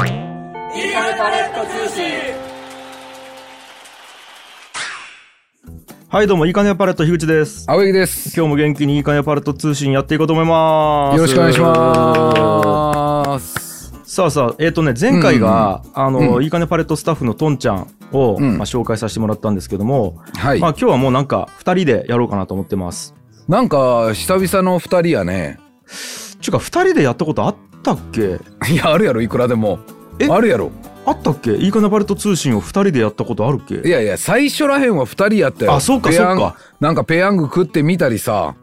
リーガルパレット通信はい、どうも、いいかねパレット、樋口です。青柳です。今日も元気にいいかねパレット通信やっていこうと思います。よろしくお願いします。す。さあさあ、えっ、とね、前回が、あの、うんいいかねパレットスタッフのトンちゃんを、うんまあ、紹介させてもらったんですけども、はい。まあ今日はもうなんか、二人でやろうかなと思ってます。なんか、久々の二人やね。 ちゅうか、二人でやったことあったっけいや、あるやろ、いくらでもえ。あるやろ。あったっけいいかねパレット通信を二人でやったことあるっいけやいや、最初らへんは二人やったよ。あ、そうか、ペそうヤンか。。なんかペヤング食ってみたりさ、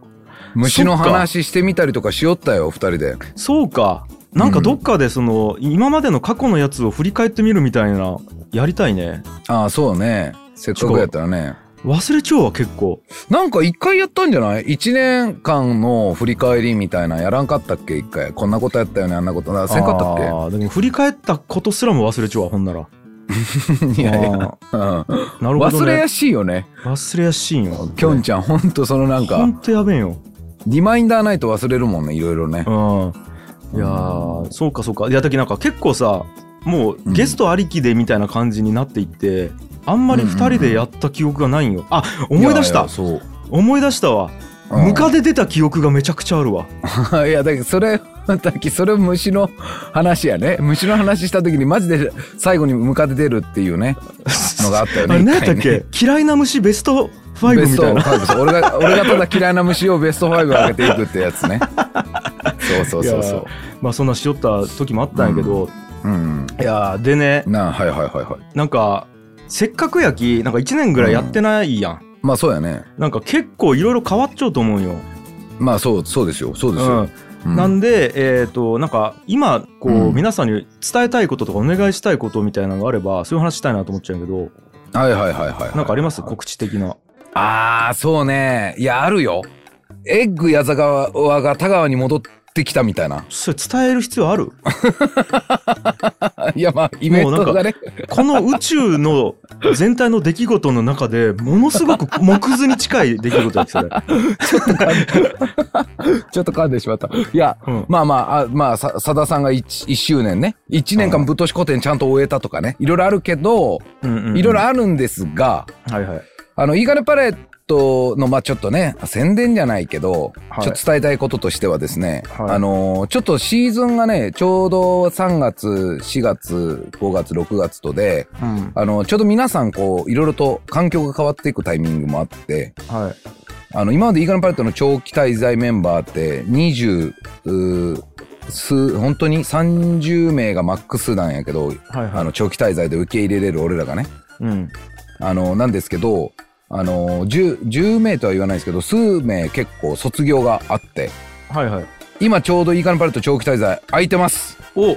虫のそっか話してみたりとかしよったよ、二人で。そうか。なんかどっかでその、今までの過去のやつを振り返ってみるみたいな、やりたいね。ああ、そうね。せっかくやったらね。忘れちゃうわ、結構。なんか一回やったんじゃない一年間の振り返りみたいなやらんかったっけ一回。こんなことやったよね、あんなこと。なせんかったっあーでも振り返ったことすらも忘れちゃうわ、ほんなら。け いやいや。あうんーなるほど、ね。忘れやしいよね。忘れやしいんよ。きょんちゃん、ほんとそのなんほか、んとやべえよ。リマインダーないと忘れるもんね、いろいろねう。ん。いやー、そうかそうか。いや、だけどなんか結構さ、もうゲストありきでみたいな感じになっていって、あんまり二人でやった記憶がないんよ。あ、思い出しやたやそう。思い出したわ。うんムカデ出た記憶がめちゃくちゃあるわ。 いや、だけど、それ、さっき、それ虫の話やね。虫の話した時に、マジで最後にムカデ出るっていうね、のがあったよあね。れ何や一った回っねけ嫌いな虫ベスト5ベみスたいトな。 5そう俺が、俺がただ嫌いな虫をベスト5上げていくってやつ ね。そうそうそうそいうや。まあそんなしよった時もあったんやけど、うん。いやーでね、なあ、はいはいはいはい。なんかせっかくやきなんか1年ぐらいやってないやん、まあ、そうやね。なんか結構いろいろ変わっちゃうと思うよ、まあ、そう、そうですよ。そうですよ。ううんん、なんでえっ、となんか今こう、うん皆さんに伝えたいこととかお願いしたいことみたいなのがあればそういう話したいなと思っちゃうんやけどはいはいはいはいはい。なんかあります告知的なあーそうねいやあるよエッグ矢沢が田川に戻ってきたみたいな それ伝える必要あるいやまあイベントがねこの宇宙の全体の出来事の中でものすごく木図に近い出来事やそ れ、ちょっと噛んでしまったいやうん、まあまああまあささださんが 1, 周年ね1年間ぶっ通し古典ちゃんと終えたとかねいろいろあるけどうんうんうんいろいろあるんですが、はいはいあのイーガルパレットのまあちょっとね宣伝じゃないけど、はいちょっと伝えたいこととしてはですね、はいあのーちょっとシーズンがねちょうど3月4月5月6月とで、うんあの、ちょうど皆さん、こう、いろいろと環境が変わっていくタイミングもあって、はいあの、今までイーガルパレットの長期滞在メンバーって、20、うー数、本当に30名がマックスなんやけど、はいあはいの、長期滞在で受け入れれる俺らがね、うんあの、なんですけど、あの、10、10名とは言わないですけど、数名結構卒業があって、はいはい今ちょうどイーガルパレット長期滞在空いてます。お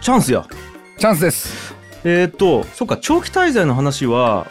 チャンスやチャンスです。えー、っと、そっか、長期滞在の話は、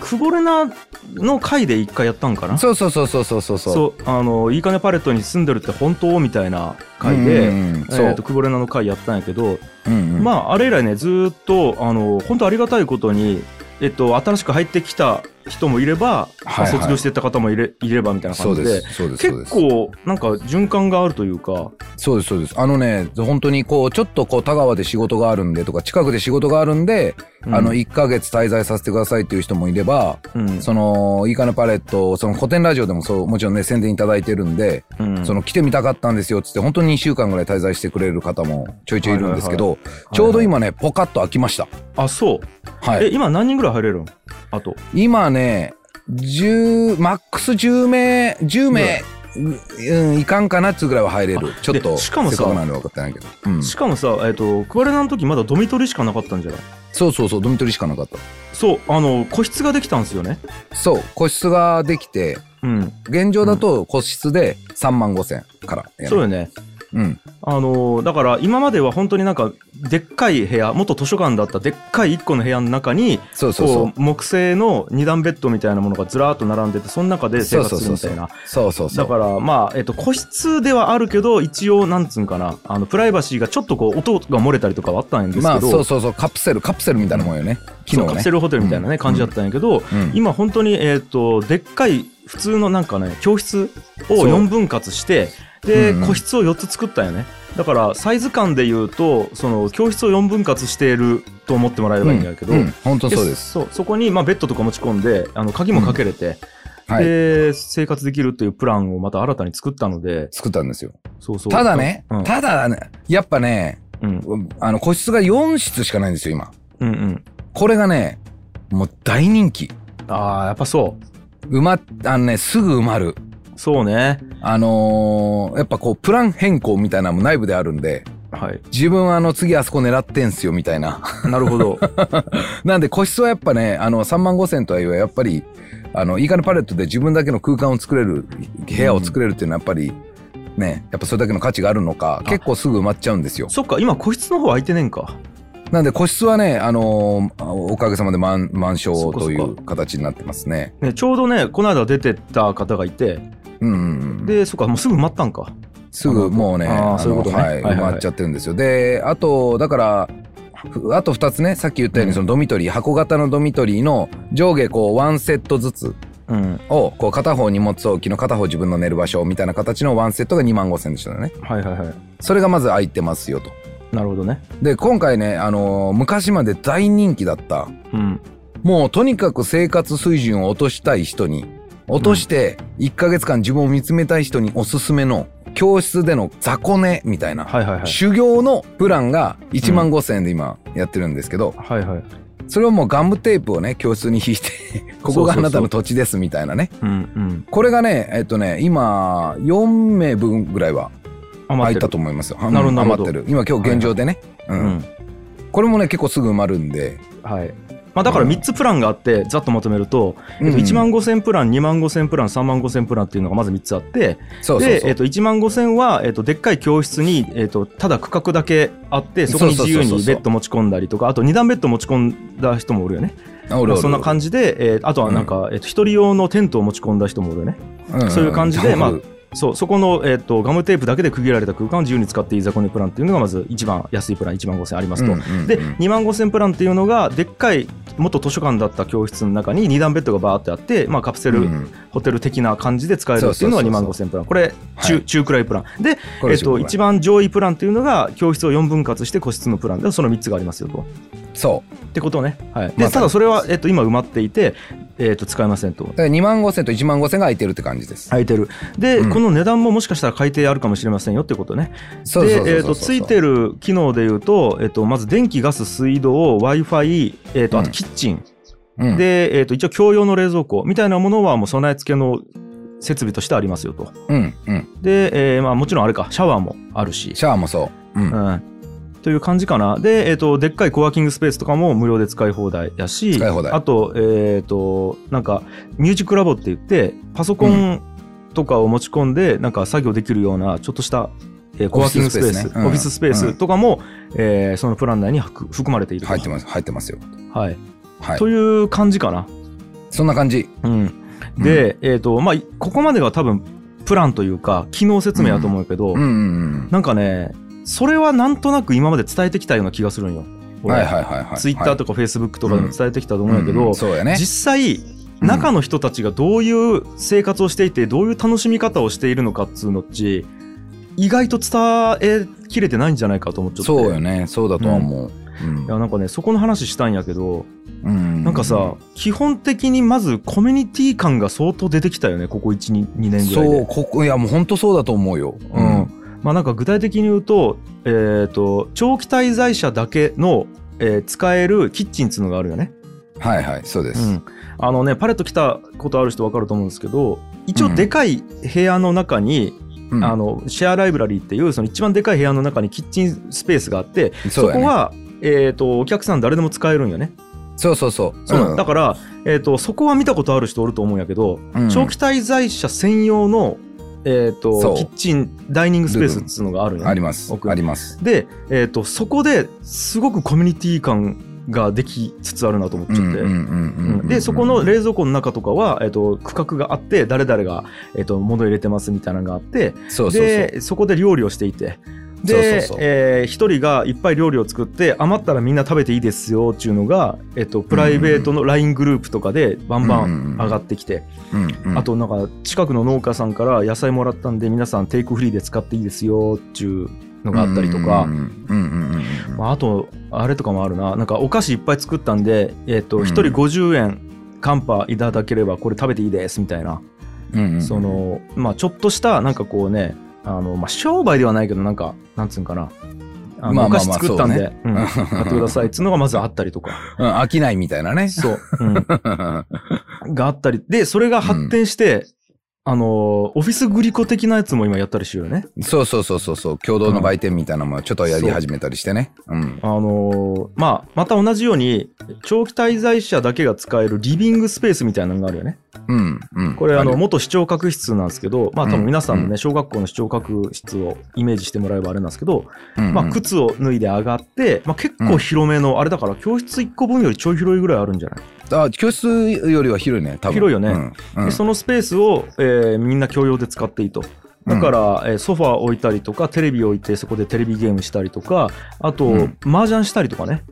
クボレナの回で一回やったんかなそうそうそうそうそうそう。うそうあの、いいかねパレットに住んでるって本当みたいな回んで、うんうん、えそう。ーっと、クボレナの回やったんやけど、うんうんまあ、あれ以来ね、ずーっと、あの、本当ありがたいことに、えっと、新しく入ってきた人もいれば、まあはいはい卒業していった方もいれいればみたいなそ感うじでで、す。そうです。そうで結す構、なんか循環があるというか、そうです、そうです。あのね、本当にこう、ちょっとこう、田川で仕事があるんでとか、近くで仕事があるんで、うんあの、1ヶ月滞在させてくださいっていう人もいれば、うん、その、いいかねパレット、その古典ラジオでもそう、もちろんね、宣伝いただいてるんで、うんその来てみたかったんですよっつって、本当に2週間ぐらい滞在してくれる方もちょいちょいいるんですけど、ちょうど今ね、ポカッと開きました。あ、そう。はえ、い。今何人ぐらい入れるんあと。今ね、10、マックス10名、10名、うん、いかんかなっつうぐらいは入れる。ちょっと、でしかもさせっくなんで分かってないけど。うん。しかもさ、えっとクワレナの時まだドミトリしかなかったんじゃないそうそうそう、ドミトリしかなかった。そうあの個室ができたんですよねそう個室ができてうん現状だと個室で3万5千からやねそうよねうんあのだから今までは本当になんかでっかい部屋元図書館だったでっかい1個の部屋の中にそうそうそこうう木製の2段ベッドみたいなものがずらーっと並んでてその中で生そう活そうするそうみたそいうなそうそうそだうからまあ、えっと個室ではあるけど一応なんつうんかなあのプライバシーがちょっとこう音が漏れたりとかはあったんですけど、まあそうそうそうカプセルカプセルみたいなもんよね機そう能カプねセルホテルみたいなね、うん感じだったんやけど、うん今本当に、えっとでっかい普通のなんかね教室をそう4分割してで、うんうん個室を4つ作ったよねだからサイズ感で言うとその教室を4分割していると思ってもらえればいいんだけど、うん、本当そうです。そうそこに、まあ、ベッドとか持ち込んであの鍵もかけれて、はい。で生活できるというプランをまた新たに作ったので作ったんですよ。そうそうただね、うんただね、やっぱね、うんあの、個室が4室しかないんですよ、今。うんうんこれがね、もう大人気。ああやっぱそう埋まっ、あのね、すぐ埋まる。そうねあのーやっぱこう、プラン変更みたいなのも内部であるんで、はい自分はあの、次あそこ狙ってんすよ、みたいな。 なるほどなんで個室はやっぱね、あの、3万5千とはいえ、やっぱり、あの、いいかねパレットで自分だけの空間を作れる、部屋を作れるっていうのはやっぱり、ね、やっぱそれだけの価値があるのか、あ結構すぐ埋まっちゃうんですよ。そっか今個室の方空いてねえんかなんで個室はね、あのーおかげさまで満満そ床っかといそっう形になってますね。ね、ちょうどね、この間出てった方がいて、うんうんうん。で、そっか、もうすぐ埋まったんか。すぐもうね、あのあーあのそういうことねはい、はいはい埋まっちゃってるんですよ。で、あと、だから、ふあと2つね、さっき言ったよううんに、そのドミトリー、箱型のドミトリーの上下こう、ワンセットずつ、うん。をこう片方荷物置きの片方自分の寝る場所みたいな形のワンセットが2万5千でしたねはいはいはい。それがまず空いてますよとなるほどね。で今回ね、あのー昔まで大人気だったうん。もうとにかく生活水準を落としたい人に落として1ヶ月間自分を見つめたい人におすすめの教室での雑魚寝みたいな、はいはいはい。修行のプランが1万5千円で今やってるんですけど、はいはい。それをもうガムテープをね教室に引いて ここがあなたの土地ですみたいなねうんうん。これがね、えっとね、今、4名分ぐらいは余空いってたる。と思いますよ。なるほどうんなる余ほっどてる。今、今日現状でね。ううん。ん。これもね、結構すぐ埋まるんで。はい。まあだから3つプランがあって、ざっとまとめると、えっと1万5千プラン、2万5千プラン、3万5千プランっていうのがまず3つあって、そうそうで、そうえっと1万5千は、えっとでっかい教室に、えっとただ区画だけあって、そこに自由そうそうそうにそうベッド持ち込んだりとか、あと2段ベッド持ち込んだ人もおるよね。あおるおるそんな感じで、えーあとはなんか、えっと一人用のテントを持ち込んだ人もおるよね。んそういう感じでうんまあそうそこの、えー、とガムテープだけで区切られた空間を自由に使っていい雑魚寝プランっていうのがまず一番安いプラン1万5000ありますと、うんうんうんで2万5000プランっていうのがでっかい元図書館だった教室の中に2段ベッドがバーってあって、まあ、カプセル、うんホテル的な感じで使えるっていうのがそうそうそうそう2万5000プランこれ中,、はい中くらいプランで、えこれー、と一番上位プランっていうのが教室を4分割して個室のプランでその3つがありますよと。そう。ってことね、はい、まであただそれは、えー、と今埋まっていて、えー、と使えませんと。だから2万5千と1万5千が空いてるって感じです。空いてるで、うんこの値段ももしかしたら改定あるかもしれませんよってことね。そうそうそうそうで、えー、とついてる機能でいうと,、えー、とまず電気ガス水道 w i f i えーとあとうんキッチン、うん、で、えー、と一応共用の冷蔵庫みたいなものはもう備え付けの設備としてありますよとうん、うん。で、えーまあ、もちろんあれかシャワーもあるし、シャワーもそう。うん。うん、という感じかなで、えー、とでっかいコワーキングスペースとかも無料で使い放題やし使い放題あと,、えー、となんかミュージックラボって言ってパソコンとかを持ち込んで、なんか作業できるようなちょっとした、えーコワーキングスペースオフィススペースねうんオフィススペースとかも、えーそのプラン内に含含まれていると,、入ってます、入ってますよ。はいはいと。いう感じかな。そんな感じ。うん、で、えーとまあ、ここまでが多分プランというか機能説明だと思うけど、うん、うん、なんかねそれはなんとなく今まで伝えてきたような気がするんよ。うん。はいはいはいはい。ツイッターかとかフェイスブックとかでも伝えてきたと思うんやけど、そうやね。実際中の人たちがどういう生活をしていてどういう楽しみ方をしているのかっつうのっち意外と伝えきれてないんじゃないかと思っちゃってそうよね。そうだとは思う。うんいやなんかねそこの話したんやけど、ななんかさ基本的にまずコミュニティ感が相当出てきたよねここ12年ぐらいで。そうここいやもう本当そうだと思うよ。ううんんまあ、なんか具体的に言うと,、えー、と長期滞在者だけの、えー使えるキッチンっていうのがあるよね。はいはいそうです。うんあのねパレット来たことある人分かると思うんですけど一応でかい部屋の中に、うんあのシェアライブラリーっていうその一番でかい部屋の中にキッチンスペースがあってそうやこねは、えー、とお客さん誰でも使えるんよね。そうそうそう。そうなんんだから、えー、とそこは見たことある人おると思うんやけど、うん長期滞在者専用の、えー、そうとキッチンダイニングスペースっつうのがあるんよねあります奥あります。で、えー、とそこですごくコミュニティ感ができつつあるなと思っちゃって、うんでそこの冷蔵庫の中とかは、えー、と区画があって誰々が、えー、と物入れてますみたいなのがあってそうそうそうでそこで料理をしていて。でそうそうそうえー一人がいっぱい料理を作って余ったらみんな食べていいですよっていうのが、えっと、プライベートの LINE グループとかでバンバン上がってきて、うんうんあとなんか近くの農家さんから野菜もらったんで皆さんテイクフリーで使っていいですよっていうのがあったりとか、うんうんうんうんうんまあ、あとあれとかもあるななんかお菓子いっぱい作ったんで、えっとうん1人50円カンパいただければこれ食べていいですみたいな、うんうんそのまあちょっとしたなんかこうねあの、まあ、商売ではないけどなんかなんつうんかなあのまあまあおまあ菓子作ったんで、うんね買ってくださいっつうのがまずあったりとか うん飽きないみたいなね。 そう、うんうんがあったりでそれが発展して、あのオフィスグリコ的なやつも今やったりしようよね。そうそうそうそうそう、共同の売店みたいなのもちょっとやり始めたりしてね。うん。あのまあ、また同じように長期滞在者だけが使えるリビングスペースみたいなのがあるよね。うん。うん。これあのる元視聴覚室なんですけど、まあ、多分皆さんのうね小学校の視聴覚室をイメージしてもらえばあれなんですけど、うんうんまあ、靴を脱いで上がって、まあ、結構広めのあれだから教室1個分よりちょい広いぐらいあるんじゃないあ、教室よりは広いね、多分。広いよねうん。うんでそのスペースを、えーみんな共用で使っていいと。だから、えーソファー置いたりとか、テレビ置いて、そこでテレビゲームしたりとか、あと、うん麻雀したりとかね、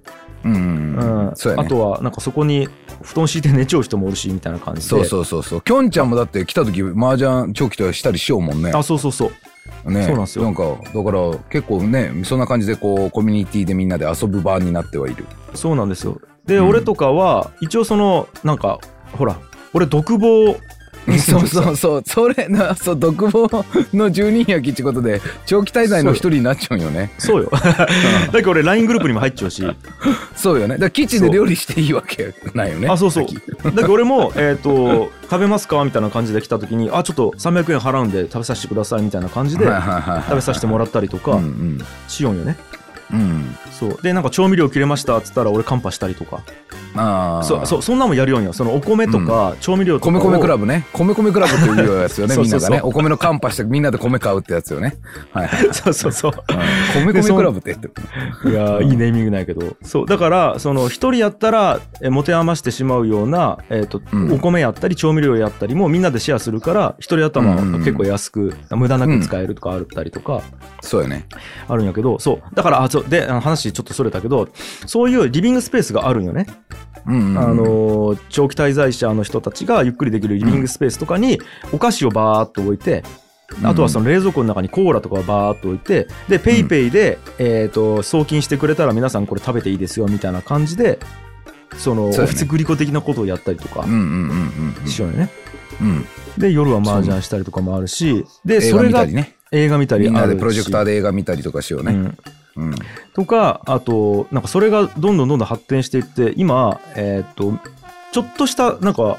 うんううんんうん。そうやあね。とは、なんかそこに布団敷いて寝ちゃう人もおるし、みたいな感じで。そうそうそうそう。きょんちゃんもだって来た時、麻雀長期としたりしようもんね。あ、そうそうそう。ね。そうなんですよなんか、だから結構ね、そんな感じでこう、コミュニティでみんなで遊ぶ場になってはいる。そうなんですよ。で、うん俺とかは、一応その、なんか、ほら、俺、独房、 そうそうそう。それな、そう、独房の住人やきってことで、長期滞在の一人になっちゃうよね。そうよ。だけど俺、LINE グループにも入っちゃうし、だそうよね。だからキッチンで料理していいわけないよね。あそうそうさっきけど俺も、えっ、と、食べますかみたいな感じで来た時に、あ、ちょっと300円払うんで食べさせてくださいみたいな感じで、はいはいはいはい食べさせてもらったりとうかんうんしようよね。うん。そう。で、なんか調味料切れましたっつったら俺カンパしたりとか。ああ。そう、そう、そんなんもやるようによ。そのお米とか調味料とかを。米米クラブね。米米クラブっていうやつよ ね、そうみんそなうそがうね。お米のカンパしてみんなで米買うってやつよね。はいはい。そうそうそう。うん米米クラブって言ってる。いやーいいネーミングないけど。そう。だから、その、一人やったら、え持て余してしまうような、えっ、と、うんお米やったり、調味料やったりもみんなでシェアするから、一人頭うんうん結構安く、無駄なく使えるとかあったりとか、そうよね。あるんやけど、そう。だから、あ、そう。で、あの話ちょっとそれたけど、そういうリビングスペースがあるんよね。うんうんうん。あのー長期滞在者の人たちがゆっくりできるリビングスペースとかにお菓子をバーっと置いて、うんあとはその冷蔵庫の中にコーラとかをバーっと置いてでペイペイで、えー、と送金してくれたら皆さんこれ食べていいですよみたいな感じでそのそうだねオフィスグリコ的なことをやったりとかうんうんうんうんしようよね。うん。うん。で夜は麻雀したりとかもあるしで映そ画れ見たがりね。映画見たりみんあなるでプロジェクターで、で映画見たりとかしよううね。んうん。とかあとなんかそれがどんどんどんどん発展していって今えーっとちょっとしたなんか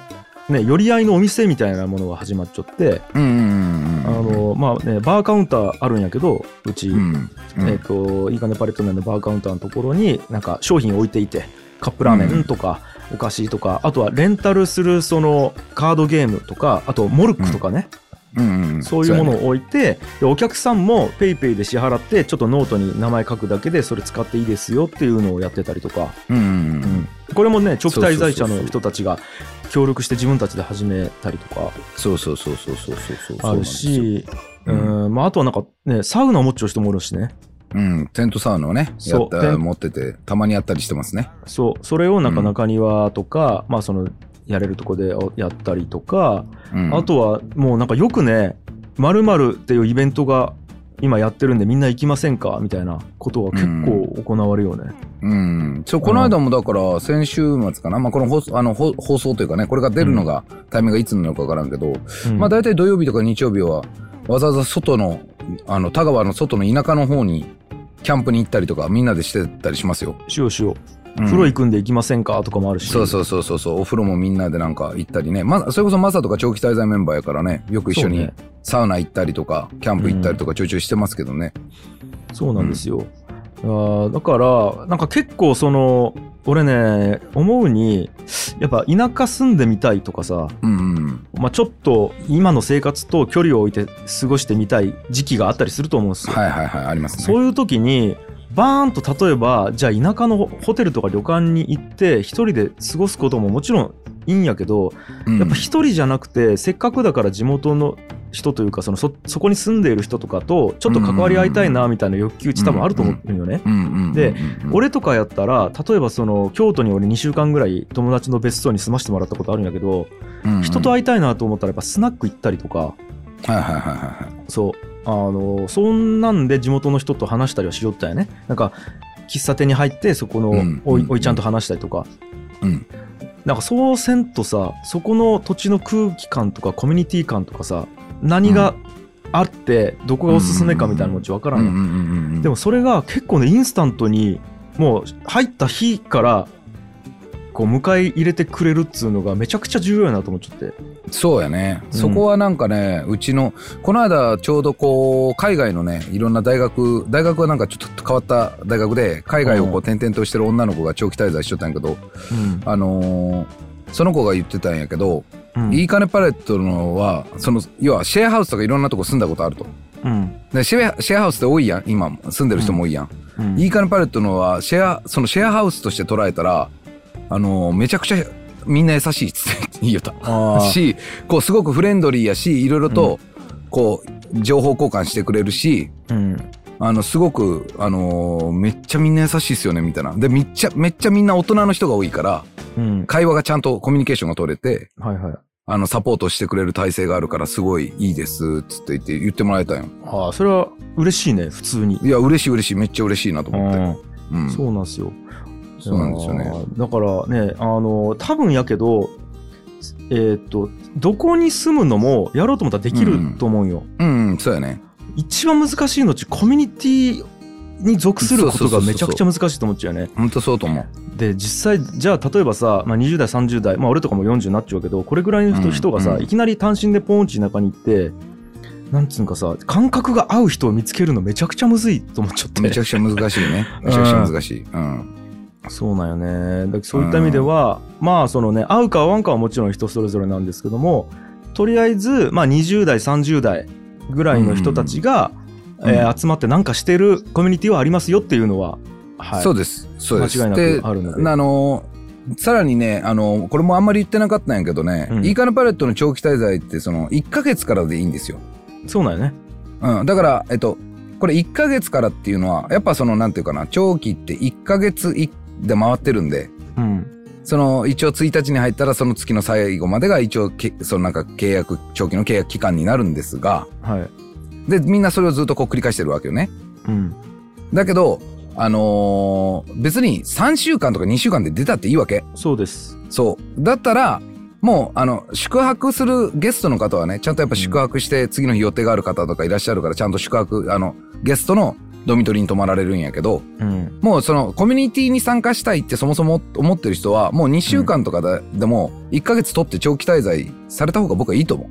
ね寄り合いのお店みたいなものが始まっちゃって、うんうんうん。あ、のまあねバーカウンターあるんやけどうち、うん。うえーんっといいかねパレット内のバーカウンターのところになんか商品置いていてカップラーメンとか、お菓子とかあとはレンタルするそのカードゲームとかあとモルックとかね、うんん。そういうものを置いて、でお客さんも PayPay ペイペイで支払って、ちょっとノートに名前書くだけで、それ使っていいですよっていうのをやってたりとか、そうやね。うんうんうん。これもね、長期滞在者そうそうそうそのう人たちが協力して自分たちで始めたりとかそうそうそうそうそうそうそう。あるし、そうなんですようんまあ、あとはなんかね、サウナを持っちゃう人もおるしね、うん、テントサウナをね、やそっうたテン持ってて、たまにやったりしてますね。そう、それをなんかうん中庭とか、まあその、やれるとこでやったりとか、うん、あとはもうなんかよくね、まるっていうイベントが今やってるんでみんな行きませんかみたいなことが結構行われるよね。うん、そうこの間もだから先週末かな、まあ、この放送あのほ放送というかねこれが出るのが、タイミングがいつなのかわからんけど、うんまあ大体土曜日とか日曜日はわざわざ外のあの田川の外の田舎の方にキャンプに行ったりとかみんなでしてたりしますよ。しようしよう。うん風呂行くんで行きませんかとかもあるし。そうそうそうそうそうお風呂もみんなでなんか行ったりね、まあ、それこそマサとか長期滞在メンバーやからねよく一緒そうにねサウナ行ったりとかキャンプ行ったりとかちょいちょいしてますけどね。そうなんですよ。あーだから、なんか結構その、俺ね、思うに、やっぱ田舎住んでみたいとかさ、うん、うんまあ、ちょっと今の生活と距離を置いて過ごしてみたい時期があったりすると思うんですよ。はいはいはいありますね。そういう時に、バーンと例えば、じゃあ田舎のホテルとか旅館に行って、一人で過ごすことももちろんいいんやけど、うんやっぱ一人じゃなくて、せっかくだから地元の人というかそのそ、そこに住んでいる人とかと、ちょっと関わり合いたいなみたいな欲求値、多分あると思うんよね。うんうんうんうん、で俺とかやったら、例えばその京都に俺2週間ぐらい友達の別荘に住ましてもらったことあるんやけど、人と会会いたいなと思ったら、やっぱスナック行ったりとか、はいはいはいはいそうあのそんなんで地元の人と話したりはしよったよねなんか喫茶店に入ってそこのうんおい,、うんおいちゃんと話したりとかうんなんかそうせんとさそこの土地の空気感とかコミュニティ感とかさ何があってどこがおすすめかみたいなのもち分からんうんやんうんうんうんでもそれが結構ねインスタントにもう入った日からこう迎え入れてくれるっつうのがめちゃくちゃ重要やなと思っちゃってそうやね、うんそこはなんかねうちのこの間ちょうどこう海外のねいろんな大学大学はなんかちょっと変わった大学で海外をこうう転々としてる女の子が長期滞在しちゃったんやけど、うんあのーその子が言ってたんやけど、うんいいかねパレットのはその要はシェアハウスとかいろんなとこ住んだことあるとうんでシェアシェアハウスって多いやん今も住んでる人も多いやん、うんいいかねパレットのはシェアそのシェアハウスとして捉えたらあのーめちゃくちゃみんな優しいっつって言いよったあーしこうすごくフレンドリーやしいろいろとこう情報交換してくれるしうんあのすごく、あのーめっちゃみんな優しいっすよねみたいなでめっちゃめっちゃみんな大人の人が多いからうん会話がちゃんとコミュニケーションが取れてはいはいあのサポートしてくれる体制があるからすごいいいですっつって言って言ってもらえたんよああそれは嬉しいね普通にいや嬉しい嬉しいめっちゃ嬉しいなと思って、ううんん、そうなんですよそうなんですよねいやーだからねあの多分やけどえーっとどこに住むのもやろうと思ったらできると思うんよ、うんうんそうやね一番難しいのうちコミュニティに属することがめちゃくちゃ難しいと思っちゃうよね。ほんとそうと思うで実際じゃあ例えばさ、まあ、20代30代、まあ、俺とかも40になっちゃうけどこれぐらいの人,、うんがさうんいきなり単身でポンチ田舎に行ってなんつうんかさ感覚が合う人を見つけるのめちゃくちゃむずいと思っ ちゃってめちゃくちゃ難しいねめちゃくちゃ難しいうんそうなんよねだからそういった意味では、まあそのね合うか合わんかはもちろん人それぞれなんですけどもとりあえず、まあ、20代30代ぐらいの人たちが、うんえーう集まってなんかしてるコミュニティはありますよっていうのは、はい、そうですそうです間違いなでくあるのであのさらにねあのこれもあんまり言ってなかったんやけどね、うんイーカナパレットの長期滞在ってその1ヶ月からでいいんですよ、そうなんよね。うん、だからえっとこれ1ヶ月からっていうのはやっぱそのなんていうかな長期って1ヶ月いで回ってるんでうん、その一応1日に入ったらその月の最後までが一応けそのなんか契約長期の契約期間になるんですがはい、でみんなそれをずっとこう繰り返してるわけよねうん、だけどあのー別に3週間とか2週間で出たっていいわけそうです。そうだったらもうあの宿泊するゲストの方はねちゃんとやっぱ宿泊して次の日予定がある方とかいらっしゃるからちゃんと宿泊あのゲストのドミトリに泊まられるんやけどうん、もうそのコミュニティに参加したいってそもそも思ってる人はもう2週間とかで,、でも1ヶ月取って長期滞在された方が僕はいいと思う。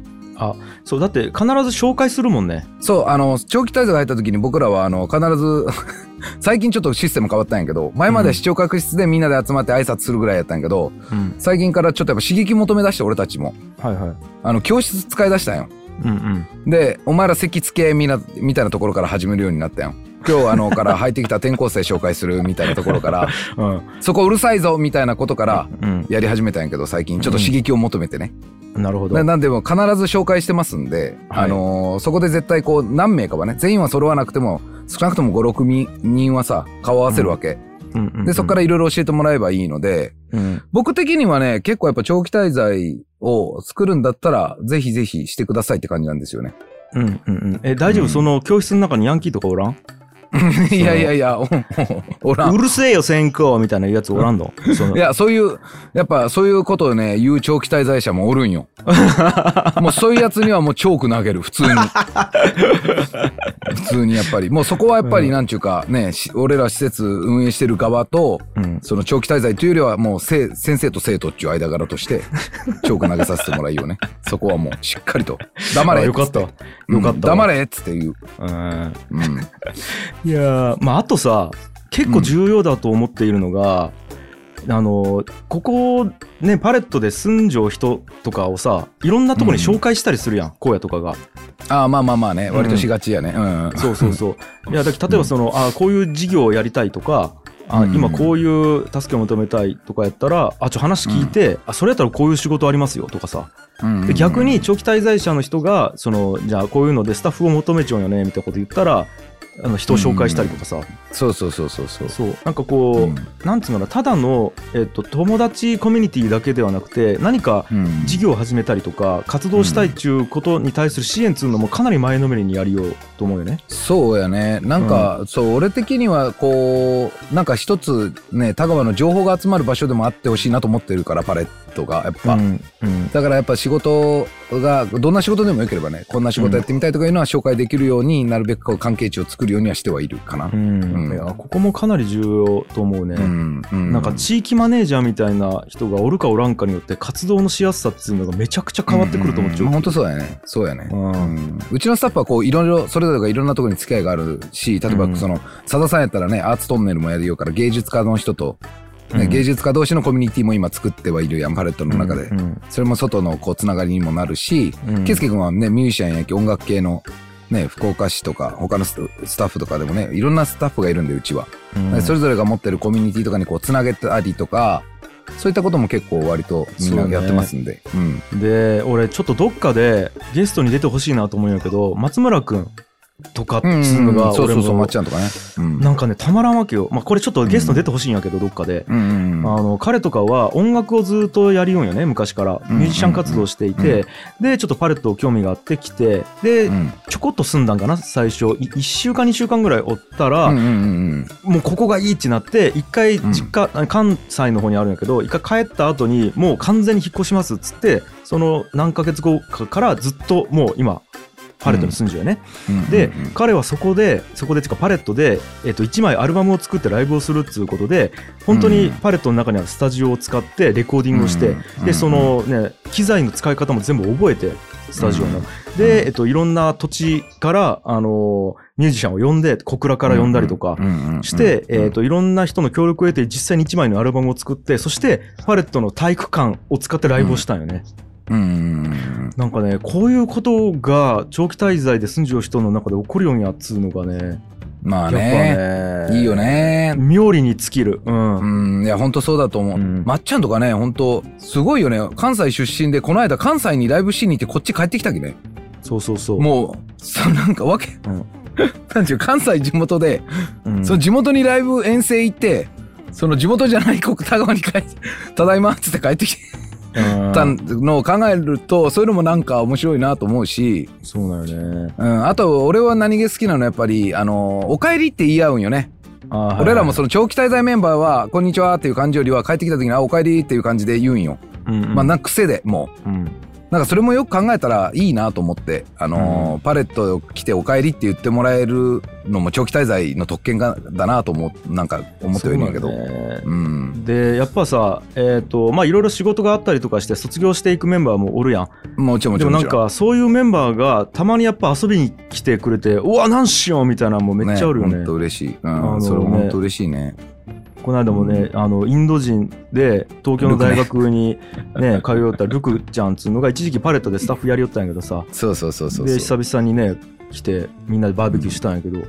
そうだって必ず紹介するもんね。そう、あの、長期滞在が入った時に僕らは、あの、必ず、 最近ちょっとシステム変わったんやけど、前までは視聴覚室でみんなで集まって挨拶するぐらいやったんやけど、うん、最近からちょっとやっぱ刺激求め出して俺たちも、はいはい。あの、教室使い出したんよ。うん、で、お前ら席付けみな、みたいなところから始めるようになったんよ。今日あの、から入ってきた転校生紹介するみたいなところから、うん、そこうるさいぞみたいなことから、うん、やり始めたんやけど、最近ちょっと刺激を求めてね。うん、なるほど。ななんでも必ず紹介してますんで、はいあのーそこで絶対こう何名かはね全員は揃わなくても少なくとも56人はさ顔合わせるわけ、うんうんうんでそこからいろいろ教えてもらえばいいのでうん、僕的にはね結構やっぱ長期滞在を作るんだったらぜひぜひしてくださいって感じなんで すよねうん、うん、うん、え、大丈夫、うんその教室の中にヤンキーとかおらん。いやいやいやおおおらうんるせえよ、先行 みたいなやつおらんの。そのいやそういうやっぱそういうことをね言う長期滞在者もおる んよもうそういうやつにはもうチョーク投げる普通に 普通にやっぱりもうそこはやっぱりなんちゅうかね、し俺ら施設運営してる側とうん、その長期滞在というよりはもうせ先生と生徒っていう間柄 としてチョーク投げさせてもらいよねそこはもうしっかりと黙れあよかったつてよかったうん黙れっつって言う、うん。うん、いやーまああとさ結構重要だと思っているのが、あのここねパレットで住んじょう人とかをさいろんなとこに紹介したりするやん、荒野とかがああまあまあまあね割としがちやねうん、うん、そうそうそう いやだけど例えばその、あこういう事業をやりたいとかあうん今こういう助けを求めたいとかやったらあちょ話聞いて、あそれやったらこういう仕事ありますよとかさうんうんうんで逆に長期滞在者の人がそのじゃあこういうのでスタッフを求めちゃうんよねみたいなこと言ったらあの人を紹介したりとかさ、そうそうそうそうそう。そうなんかこう、うんなんつうのかなただの、えっと友達コミュニティだけではなくて何かうん事業を始めたりとか活動したいっていうことに対する支援っつうのもかなり前のめりにやりようと思うよね。そうやね。なんか、そう、俺的には、こう、なんか一つね、田川の情報が集まる場所でもあってほしいなと思ってるから、パレットが。やっぱ、うんうんだからやっぱ仕事が、どんな仕事でもよければね、こんな仕事やってみたいとかいうのは紹介できるように、なるべくこう関係値を作るようにはしてはいるかなう。んうんいやここもかなり重要と思うね。うん。うんなんか地域マネージャーみたいな人がおるかおらんかによって活動のしやすさっていうのがめちゃくちゃ変わってくると思っちゃう。本当そうやね。そうやね。うんうんうちのスタッフはこういろいろそれぞれがいろんなところに付き合いがあるし例えうばんそのさださんやったらねアーツトンネルもやるよから芸術家の人と、ねうん芸術家同士のコミュニティも今作ってはいるやんパレットの中で、うんそれも外のこうつながりにもなるしうん圭佑、君はねミュージシャンやき音楽系の、ね、福岡市とか他のススタッフとかでもねいろんなスタッフがいるんでうちは、うんそれぞれが持ってるコミュニティとかにこうつなげたりとかそういったことも結構割とみんなやってますんでうんで俺ちょっとどっかでゲストに出てほしいなと思うんやけど松村君とかっていうのがそう俺そうそう、まもっちゃんとかね。うん。なんかねたまらんわけよ、まあ、これちょっとゲストに出てほしいんやけどどっかで。うんうんうんあの彼とかは音楽をずっとやりようんよね昔からうんミュージシャン活動していてでちょっとパレット興味があって来てでうんちょこっと住んだんかな最初1週間2週間ぐらいおったら、うんうんうんもうここがいいってなって一回実家、あ関西の方にあるんやけど一回帰った後にもう完全に引っ越しますっつってその何ヶ月後かからずっともう今パレットに住んじゃうよね、うん。で、うんうん彼はそこでそこでっていうかパレットで、えっと1枚アルバムを作ってライブをするっつうことで本当にパレットの中にあるスタジオを使ってレコーディングをして、うんでそのね機材の使い方も全部覚えてスタジオの、うんで、えっと、いろんな土地から、あのミュージシャンを呼んで小倉から呼んだりとか、して、えっ、、と、いろんな人の協力を得て、実際に1枚のアルバムを作って、そして、パレットの体育館を使ってライブをしたんよね。うんうんうんうんうんなんかね、こういうことが、長期滞在で住んじゃう人の中で起こるようにやっつうのがね、まあね、やっぱね、いいよ。ね。妙利に尽きる。うん。うん、いや、本当そうだと思うう。んまっちゃんとかね、本当すごいよね。関西出身で、この間関西にライブしに行ってこっち帰ってきたきね。そうそうそう。もう、そなんかわけ、うん なんちゅう、関西地元で、うんその地元にライブ遠征行って、その地元じゃない国田川に帰って、 ただいまっつって帰ってきてうんったのを考えるとそういうのもなんか面白いなと思うし、そうだよね。うん、あと俺は何気好きなのはやっぱり「あのお帰り」って言い合うんよね、あ俺らもそその長期滞在メンバーは「こんにちは」っていう感じよりは帰ってきた時に「あお帰り」っていう感じで言うんよ、うん、うんまあなんか癖でもううん。なんかそれもよく考えたらいいなと思って、あのパレット来て「お帰り」って言ってもらえるのも長期滞在の特権がだなと思うなんか思ってはいるんやけどそうだねうんで、やっぱさ、えっ、と、まあ、いろいろ仕事があったりとかして、卒業していくメンバーもおるやん。もちろんもちでろもんなんかそういうメンバーがたまにやっぱ遊びに来てくれて「うわなんしよう」みたいなのもめっちゃあるよね本当嬉しい、うあのん、ねそれも本当嬉しいねこの間もね、あのインド人で東京の大学に、ね、通いよったルクちゃんっつうのが一時期パレットでスタッフやりよったんやけどさそうそうそうそうそうで久々にね来てみんなでバーベキューしたんやけど、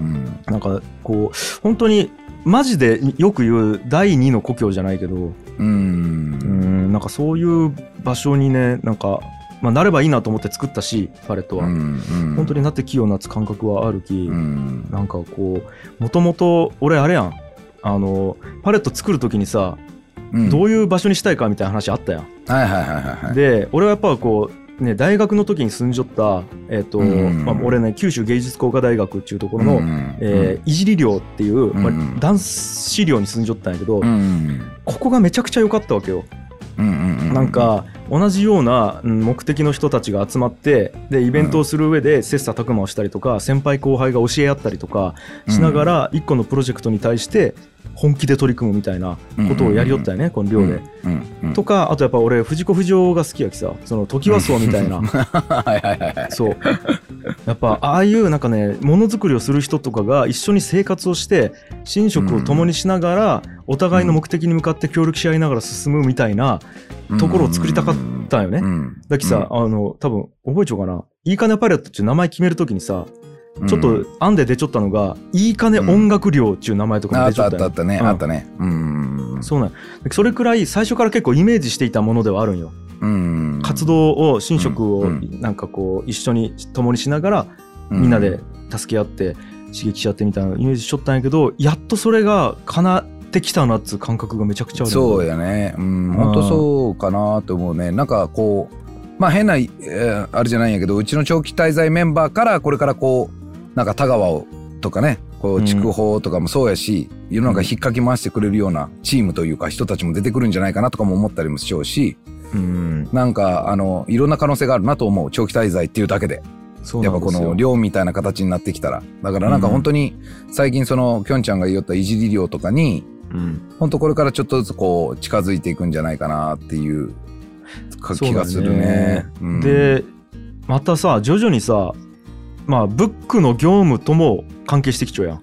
うんなんかこう本当にマジでよく言う第二の故郷じゃないけどううーんんなんかそういう場所にねなんか、まあ、なればいいなと思って作ったしパレットは、本当にになって器用なつ感覚はあるき、うんなんかこうもともと俺あれやんあのパレット作る時にさ、うんどういう場所にしたいかみたいな話あったやん、はいはいはいはいはいで俺はやっぱこうね大学の時に住んじょったえっ、と、うんまあ、俺ね九州芸術工科大学っていうところうの、んえーいじり寮っていう、まうんあ、ダンス寮に住んじょったんやけど、うんここがめちゃくちゃ良かったわけよ、うんうんなんか同じようなうん目的の人たちが集まってでイベントをする上で切磋琢磨をしたりとか先輩後輩が教え合ったりとかしながら一個のプロジェクトに対して本気で取り組むみたいなことをやりよったよねこのう寮んで。うんうんとかあとやっぱ俺藤子不二雄が好きやきさその時はそうみたいな はいはいはいはいそうやっぱああいうなんかねものづくりをする人とかが一緒に生活をして寝食を共にしながらお互いの目的に向かって協力し合いながら進むみたいなところを作りたかったんよね。うんだきさ、あの、多分覚えちゃおうかな。いいかねパイロットっていう名前決めるときにさ、うんちょっうんと案で出ちょったのが、いいかね音楽寮っていう名前とかもあ出っちょたあっったたあよ、うったねんあったねうんそうなんよそれくらい最初から結構イメージしていたものではあるんよ。うん活動を、寝食をうなんかこう、一緒に共にしながら、うみんなで助け合って、刺激しちゃってみたいなイメージしちょったんやけどやっとそれが叶ってきたなっつう感覚がめちゃくちゃあるそううやね。うん、本当そうかなと思うね。なんかこう、まあ変な、えーあれじゃないんやけど、うちの長期滞在メンバーからこれからこう、なんか田川をとかね、こうう、ん筑豊とかもそうやし、世の中引っかき回してくれるようなチームというか人たちも出てくるんじゃないかなとかも思ったりもしようし、うんなんかあの、いろんな可能性があるなと思う。長期滞在っていうだけで。そうやなっんぱでこすよの寮みたいな形になってきたら。だからなんか本当に最近その、きょんちゃんが言おったいじり寮とかに、うん本当これからちょっとずつこう近づいていくんじゃないかなっていうかそう気だねがするね。うん、でまたさ徐々にさまあブックの業務とも関係してきちゃうやん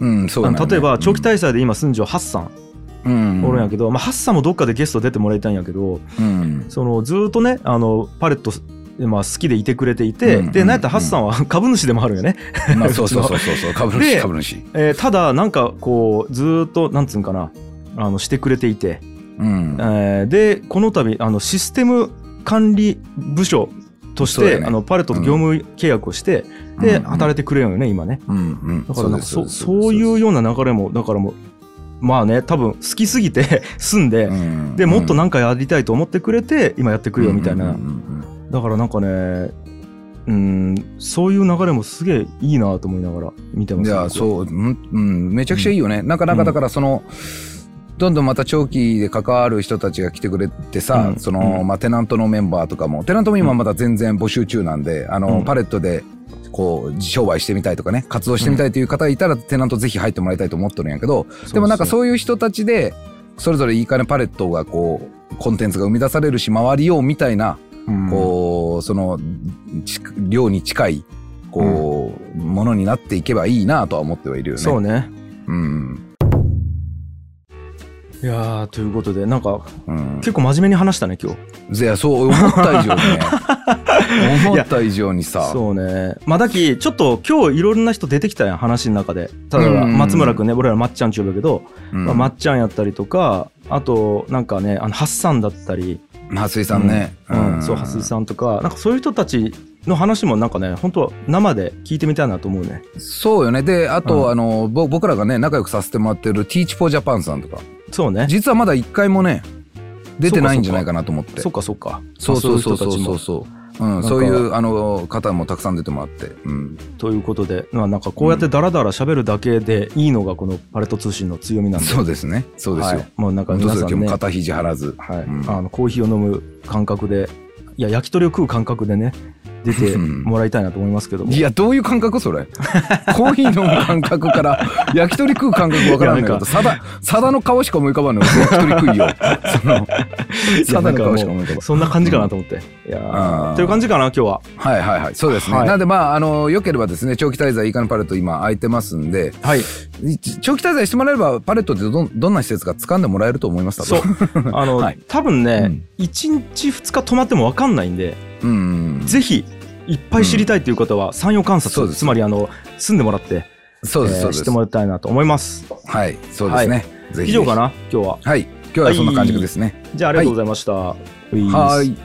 うん、そうあだのよね例えば長期滞在で今住んじゃうハッサンうんおるんやけど、まあ、ハッサンもどっかでゲスト出てもらいたいんやけどうんそのずーっとねあのパレット、まあ、好きでいてくれていて、うんでうんなんやったらハッサンは 株主でもあるんよね、まあ、そうそうそ うそうそう株主で株主。えーただなんかこうずーっとなんつうんかなあのしてくれていて、うんえーでこの度あのシステム管理部署としそうだて、よねあのパレットと業務契約をして、で働いてくれるんよね今ねうんうんだからなんかそそううですそういうような流れもだからもうまあね多分好きすぎて 住んで、うんでもっとなんかやりたいと思ってくれて今やってくれよみたいな、うんうんだからなんかねうんそういう流れもすげえいいなと思いながら見てうんますいやうそう、うんうん、めちゃくちゃいいよね、なかなかだからその、どんどんまた長期で関わる人たちが来てくれてさ、うんその、うまあ、テナントのメンバーとかもテナントも今まだ全然募集中なんで、あのうんパレットでこう商売してみたいとかね活動してみたいという方がいたら、テナントぜひ入ってもらいたいと思ってるんやけどそうでもなんかうそういう人たちでそれぞれいい金パレットがこうコンテンツが生み出されるし回りようみたいなうんこうそのち量に近いこう、ものになっていけばいいなとは思ってはいるよね。そうねうんいやーということでなんかうん、結構真面目に話したね今日いやそう思った以上に ね思った以上にさそうねまあだきちょっと今日いろんな人出てきたやん話の中でただうん松村君ね俺らまっちゃんちゅうだけど、うんまあ、まっちゃんやったりとかあとなんかねあのハッサンだったり蓮井さんね、うんそう蓮井んさんとかなんかそういう人たちの話もなんかね本当は生で聞いてみたいなと思うねそうよねであと、うんあのぼ僕らがね仲良くさせてもらってる Teach for Japan さんとかそうね実はまだ一回もね出てないんじゃないかなと思ってそっかそっかそうそうそうそうまあそいう人たちそううん、かそういうあの方もたくさん出てもらって、うん、もということでまあなんかこうやってダラダラ喋るだけでいいのがこのパレット通信の強みなんでそうですねそうですよ、はいもうなんか本当皆そさう今日んもね肩肘張らず、はいうんあのコーヒーを飲む感覚でいや焼き鳥を食う感覚でね出てもらいたいなと思いますけどもいやどういう感覚 それコーヒー飲む感覚から焼き鳥食う感覚わからないんだけどさださだの顔しか思い浮かばない俺焼き鳥食いよ そのさだの顔しか思い浮かばないそんな感じかなと思って、いやあーーという感じかな今日ははいはいはいそうですね、はいなんでまああのよければですね長期滞在イカのパレット今空いてますんではいい長期滞在してもらえればパレットってどんどんな施設か掴んでもらえると思います そうあの、はい多分うねん、一1日2日泊まっても分かんないんで、ううんぜひいっぱい知りたいという方は山陽観そう察、ですつまりあの住んでもらって、そうですえーそう知でっす、てもらいたいなと思いますはいそうですね、はぜひぜひ以上かな今日ははい今日はそんな感じですねじゃあありがとうございました、ウィーンはい